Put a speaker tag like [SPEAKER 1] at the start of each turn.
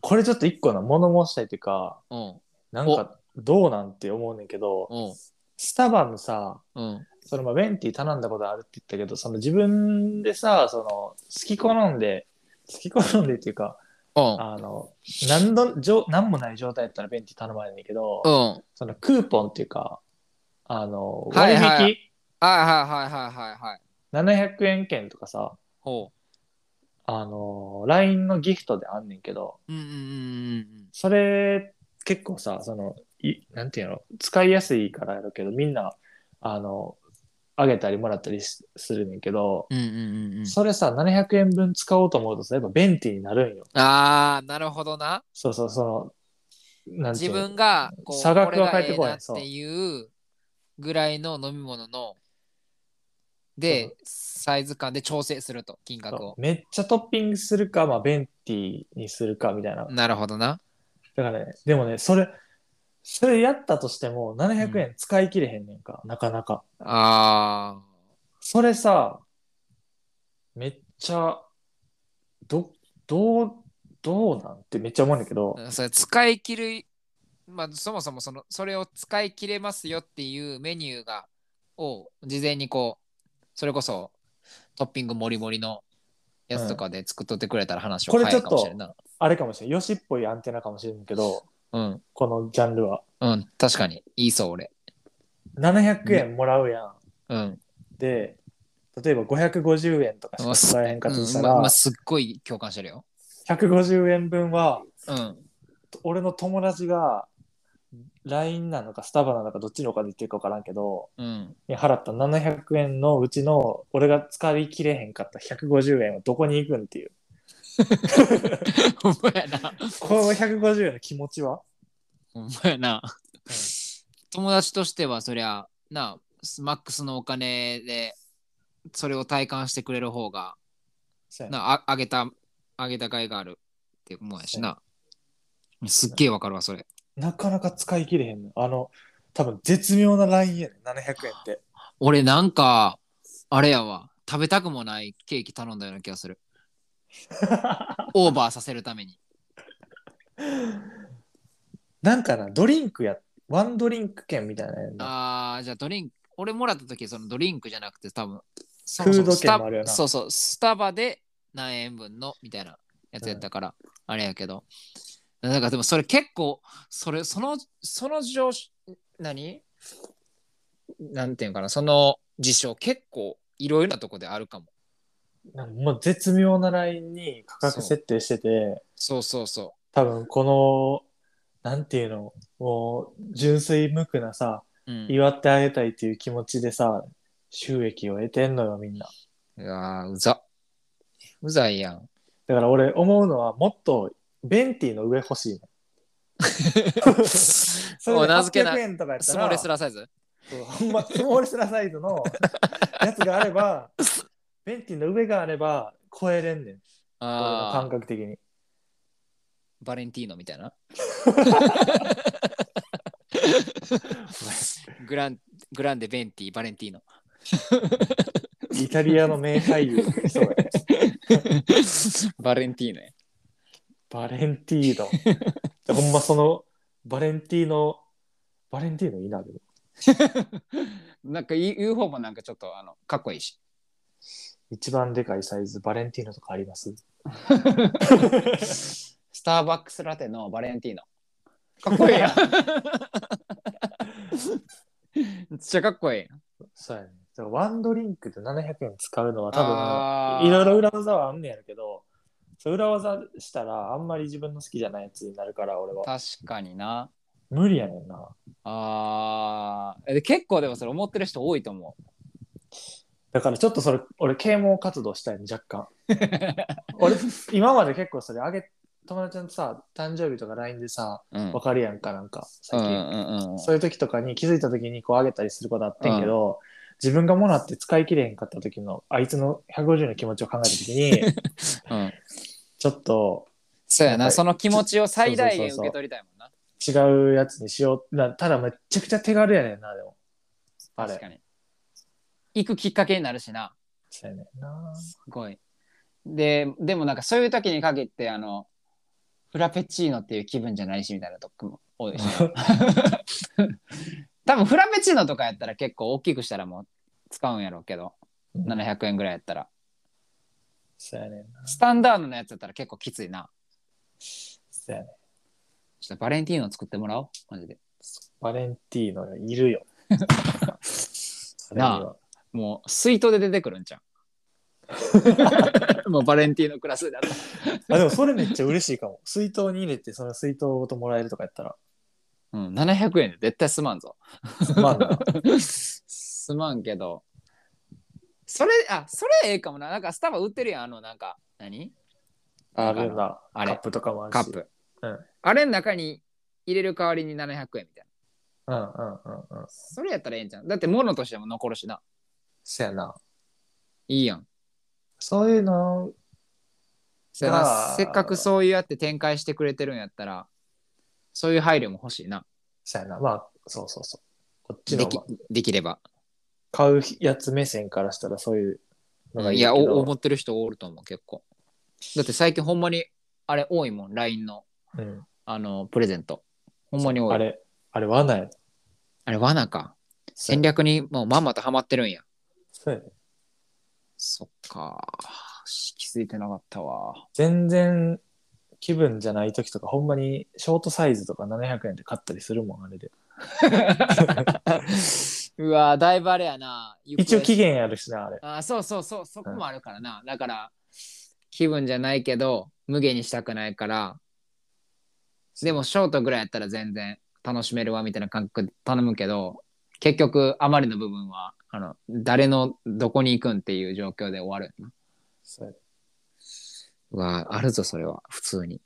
[SPEAKER 1] これちょっと一個な物申したいというか
[SPEAKER 2] うん。
[SPEAKER 1] なんかどうなんて思うねんけど
[SPEAKER 2] うん。
[SPEAKER 1] スタバのさ
[SPEAKER 2] うん。
[SPEAKER 1] そのまあベンティー頼んだことあるって言ったけどその自分でさその好き好んで好き好んでっていうか
[SPEAKER 2] うん。
[SPEAKER 1] あの何のじょ何もない状態やったらベンティー頼まれんねんけど、
[SPEAKER 2] うん。はい
[SPEAKER 1] そのクーポンっていうかあの
[SPEAKER 2] はい
[SPEAKER 1] 割引、
[SPEAKER 2] はいはいはいはいはいはい。
[SPEAKER 1] 700円券とかさ
[SPEAKER 2] ほ
[SPEAKER 1] あの LINE のギフトであんねんけど
[SPEAKER 2] う。うんうんうん
[SPEAKER 1] それ結構さそのいなんていうの使いやすいからやるけどみんなあのあげたりもらったりしするねんけど、
[SPEAKER 2] うんうん。うんうんうんうん。
[SPEAKER 1] それさ700円分使おうと思うとさやっぱベンティーになるんよ
[SPEAKER 2] ああ、なるほどな。
[SPEAKER 1] そうそうそのなんてい
[SPEAKER 2] 自
[SPEAKER 1] うの
[SPEAKER 2] 分がこう
[SPEAKER 1] 差額が
[SPEAKER 2] これ
[SPEAKER 1] 返ってこない
[SPEAKER 2] ええなっていうぐらいの飲み物ので
[SPEAKER 1] そう
[SPEAKER 2] サイズ感で調整すると金額を
[SPEAKER 1] めっちゃトッピングするか、まあ、ベンティーにするかみたいな
[SPEAKER 2] なるほどな
[SPEAKER 1] だからね、でもね、それ、それやったとしても、700円使い切れへんねんか、なかなか。
[SPEAKER 2] あ
[SPEAKER 1] それさ、めっちゃ、ど、どう、どうなんてめっちゃ思うんだけど、
[SPEAKER 2] ーそれ使い切るまあそもそもそのそれを使い切れますよっていうメニューがを事前にこうそれこそトッピングもりもりのやつとかで作っとってくれたら話は
[SPEAKER 1] これ
[SPEAKER 2] 早いかも
[SPEAKER 1] ちょっと
[SPEAKER 2] しれんな
[SPEAKER 1] あれかもしれん。よしっぽいアンテナかもしれんけど、
[SPEAKER 2] うん
[SPEAKER 1] このジャンルは。
[SPEAKER 2] うん確かにいいそう俺
[SPEAKER 1] 700円もらうやん。
[SPEAKER 2] うん
[SPEAKER 1] で、例えば550円とかしか使えへんかとした
[SPEAKER 2] うんまあ
[SPEAKER 1] ら
[SPEAKER 2] まあ、すっごい共感してるよ
[SPEAKER 1] 150円分は、
[SPEAKER 2] うん
[SPEAKER 1] 俺の友達が、LINE なのかスタバなのかどっちのお金言ってるか分からんけど、
[SPEAKER 2] うん。
[SPEAKER 1] に払った700円のうちの俺が使い切れへんかった150円はどこに行くんっていう
[SPEAKER 2] ほんまやな。
[SPEAKER 1] この150円の気持ちは
[SPEAKER 2] ほんまやな。友達としてはそりゃ、なあ、マックスのお金で、それを体感してくれる方が、
[SPEAKER 1] そうやな
[SPEAKER 2] なあ、ああげた、あげた甲斐があるって思うやしな。すっげえわかるわ、それ。
[SPEAKER 1] なかなか使い切れへんのあの多分絶妙なラインやねん700円 って
[SPEAKER 2] 俺なんか、あれやわ。食べたくもないケーキ頼んだような気がする。オーバーさせるために。
[SPEAKER 1] なんかなドリンクやワンドリンク券みたいなやんな
[SPEAKER 2] あー、じゃあドリンク、俺もらった時そのドリンクじゃなくて多分、そ
[SPEAKER 1] フ
[SPEAKER 2] もそ
[SPEAKER 1] ー
[SPEAKER 2] も
[SPEAKER 1] ド
[SPEAKER 2] スタ
[SPEAKER 1] 券もあるよな
[SPEAKER 2] そうそう、スタバで何円分のみたいなやつやったから、あれやけど。なんかでもそれ結構、それ、その、その上、何なんていうのかな、その事象結構いろいろなとこであるかも。
[SPEAKER 1] なんかもう絶妙なラインに価格設定してて
[SPEAKER 2] そうそうそ
[SPEAKER 1] 多分このなんていうのもう純粋無垢なさ
[SPEAKER 2] う。うん、
[SPEAKER 1] 祝ってあげたいっていう気持ちでさ収益を得てんのよみんな
[SPEAKER 2] うわーうざ。うざいや ん。
[SPEAKER 1] だから俺思うのはもっとベンティーの上欲しいね。それ
[SPEAKER 2] お
[SPEAKER 1] で
[SPEAKER 2] 名付けな
[SPEAKER 1] 800円とかやった
[SPEAKER 2] スモーレ
[SPEAKER 1] ら、
[SPEAKER 2] ス
[SPEAKER 1] そう
[SPEAKER 2] ラーサイズ
[SPEAKER 1] ほんまスモーレスラサイズのやつがあれば、ベンティーの上があれば超えれんねん。俺の
[SPEAKER 2] あ
[SPEAKER 1] 感
[SPEAKER 2] あ、
[SPEAKER 1] 覚的に。
[SPEAKER 2] バレンティーノみたい な。グラン、グランデ、ベンティ、バレン ティーノ。
[SPEAKER 1] イタリアの名俳優。そうやね
[SPEAKER 2] バレンティーノや。
[SPEAKER 1] バレンティーノ。ほんまそのバレンティーノ、バレンティーノいいな。でも
[SPEAKER 2] なんか言う方もなんかちょっとあのかっこいいし。
[SPEAKER 1] 一番でかいサイズ、バレンティーノとかあります
[SPEAKER 2] スターバックスラテのバレンティーノ。かっこいいやんめっちゃかっこいい。
[SPEAKER 1] そうやね。だからワンドリンクで700円使うのは
[SPEAKER 2] あ
[SPEAKER 1] 多
[SPEAKER 2] ー
[SPEAKER 1] 分、いろいろ裏技はあんねやろけど、そう裏技したらあんまり自分の好きじゃないやつになるから俺は。
[SPEAKER 2] 確かにな。
[SPEAKER 1] 無理やねんな。
[SPEAKER 2] あーで結構でもそれ思ってる人多いと思う。
[SPEAKER 1] だからちょっとそれ、俺啓蒙活動したいね、若 干。俺、今まで結構それあげ、友達のさ、誕生日とか LINE でさ、
[SPEAKER 2] うん
[SPEAKER 1] わかるやんかなんか、最
[SPEAKER 2] うんう
[SPEAKER 1] 近。
[SPEAKER 2] んうん
[SPEAKER 1] そういう時とかに気づいた時にこうあげたりすることあってんけど、自分がもらって使い切れへんかった時の、あいつの150の気持ちを考えた時 に、
[SPEAKER 2] うん。
[SPEAKER 1] ちょっと、
[SPEAKER 2] そうや
[SPEAKER 1] なん
[SPEAKER 2] な、
[SPEAKER 1] か
[SPEAKER 2] その気持ちを最大
[SPEAKER 1] そう
[SPEAKER 2] 限
[SPEAKER 1] そうそうそ
[SPEAKER 2] 受
[SPEAKER 1] う
[SPEAKER 2] け取りたいもんな。
[SPEAKER 1] 違うやつにしようなただめっちゃくちゃ手軽やねんなでもあ
[SPEAKER 2] 確
[SPEAKER 1] れ
[SPEAKER 2] かに。行くきっかけになるしな。
[SPEAKER 1] そうやねんな。
[SPEAKER 2] すごい。で、でもなんかそういう時に限って、あの、フラペチーノっていう気分じゃないしみたいなとこも多いし。多分フラペチーノとかやったら結構大きくしたらもう使うんやろうけど、700円ぐらいやったら。
[SPEAKER 1] そうやねんな。
[SPEAKER 2] スタンダードのやつやったら結構きついな。
[SPEAKER 1] そうやねん
[SPEAKER 2] ちょっとバレンティーノ作ってもらおう。マジで。
[SPEAKER 1] バレンティーノよいる よ。
[SPEAKER 2] なあもう水筒で出てくるんじゃん。もうバ レンティーノクラスだったら。
[SPEAKER 1] あ、でもそれめっちゃ嬉しいかも。水筒に入れて、その水筒ごともらえるとかやったら。
[SPEAKER 2] うん、700円で絶対すまんぞ。
[SPEAKER 1] まあな、
[SPEAKER 2] すまんけど。それ、あ、それええかもな。なんかスタバ売ってるやん、あの、なんか、何
[SPEAKER 1] あるな。
[SPEAKER 2] あ
[SPEAKER 1] カ
[SPEAKER 2] れ
[SPEAKER 1] ップとかもあるし。
[SPEAKER 2] カッ。プ。
[SPEAKER 1] うん
[SPEAKER 2] あれの中に入れる代わりに700円みたいな。
[SPEAKER 1] うんうんうんうん。
[SPEAKER 2] それやったらええんじゃん。だって物としても残るしな。
[SPEAKER 1] そやな。
[SPEAKER 2] いいやん。
[SPEAKER 1] そういうの、
[SPEAKER 2] そやな
[SPEAKER 1] あー
[SPEAKER 2] せっかくそういうやって展開してくれてるんやったら、そういう配慮も欲しいな。
[SPEAKER 1] そやな。まあ、そうそうそう。こっち
[SPEAKER 2] で
[SPEAKER 1] の
[SPEAKER 2] きできれば。
[SPEAKER 1] 買うやつ目線からしたらそういうのがい
[SPEAKER 2] い
[SPEAKER 1] いけ
[SPEAKER 2] や
[SPEAKER 1] ど。
[SPEAKER 2] お思ってる人おると思う、結構。だって最近ほんまに、あれ多いもん、LINE の、
[SPEAKER 1] うん。
[SPEAKER 2] あの、プレゼント。ほんまに多い。
[SPEAKER 1] あれ、あれ罠や。
[SPEAKER 2] あれ、罠か。戦略にもうまんまとハマってるんや。
[SPEAKER 1] そうやね。
[SPEAKER 2] そっか。気づいてなかっ たわ。
[SPEAKER 1] 全然気分じゃない時とか、ほんまにショートサイズとか700円で買ったりするもん、あれで。
[SPEAKER 2] うわだいぶあれやな。
[SPEAKER 1] 一応期
[SPEAKER 2] 限。
[SPEAKER 1] 限あるしな、あれ。
[SPEAKER 2] あそうそうそう、そこもあるからな。だから、気分じゃないけど、無限にしたくないから、でもショートぐらいやったら全然楽しめるわみたいな感覚で頼むけど、結局、あまりの部分は、あの、誰のどこに行くんっていう状況で終わるよな。
[SPEAKER 1] そうやね
[SPEAKER 2] うわあるぞ、それは、普通に。